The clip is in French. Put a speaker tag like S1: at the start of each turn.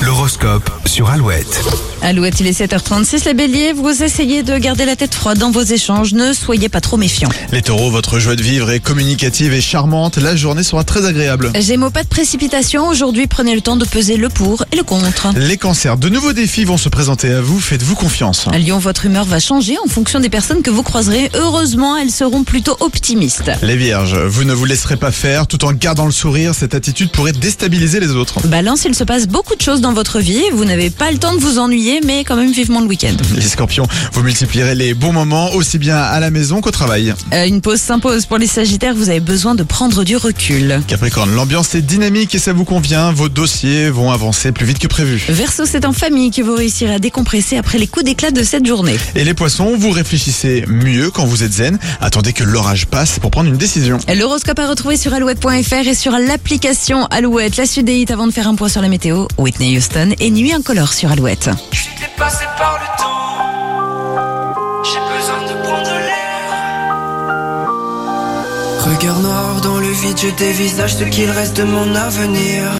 S1: L'horoscope sur Alouette.
S2: Alouette, il est 7h36. Les béliers, vous essayez de garder la tête froide dans vos échanges. Ne soyez pas trop méfiants.
S3: Les taureaux, votre joie de vivre est communicative et charmante. La journée sera très agréable.
S2: Gémeaux, pas de précipitation. Aujourd'hui, prenez le temps de peser le pour et le contre.
S3: Les cancers, de nouveaux défis vont se présenter à vous. Faites-vous confiance.
S2: À Lyon, votre humeur va changer en fonction des personnes que vous croiserez. Heureusement, elles seront plutôt optimistes.
S3: Les vierges, vous ne vous laisserez pas faire. Tout en gardant le sourire, cette attitude pourrait déstabiliser les autres.
S2: Balance, il se passe beaucoup de choses dans votre vie. Vous n'avez pas le temps de vous ennuyer, mais quand même vivement le week-end.
S3: Les scorpions, vous multiplierez les bons moments aussi bien à la maison qu'au travail.
S2: Euh, une pause s'impose. Pour les sagittaires, vous avez besoin de prendre du recul.
S3: Capricorne, l'ambiance est dynamique et ça vous convient. Vos dossiers vont avancer plus vite que prévu.
S2: Verseau, c'est en famille que vous réussirez à décompresser après les coups d'éclat de cette journée.
S3: Et les poissons, vous réfléchissez mieux quand vous êtes zen. Attendez que l'orage passe pour prendre une décision.
S2: L'horoscope à retrouver sur alouette.fr et sur l'application Alouette. La suite des hits avant de faire un point sur la météo. Whitney Houston et Nuit incolore sur Alouette.
S4: Je suis dépassé par le temps. J'ai besoin de prendre l'air. Regard noir dans le vide, je dévisage ce qu'il reste de mon avenir.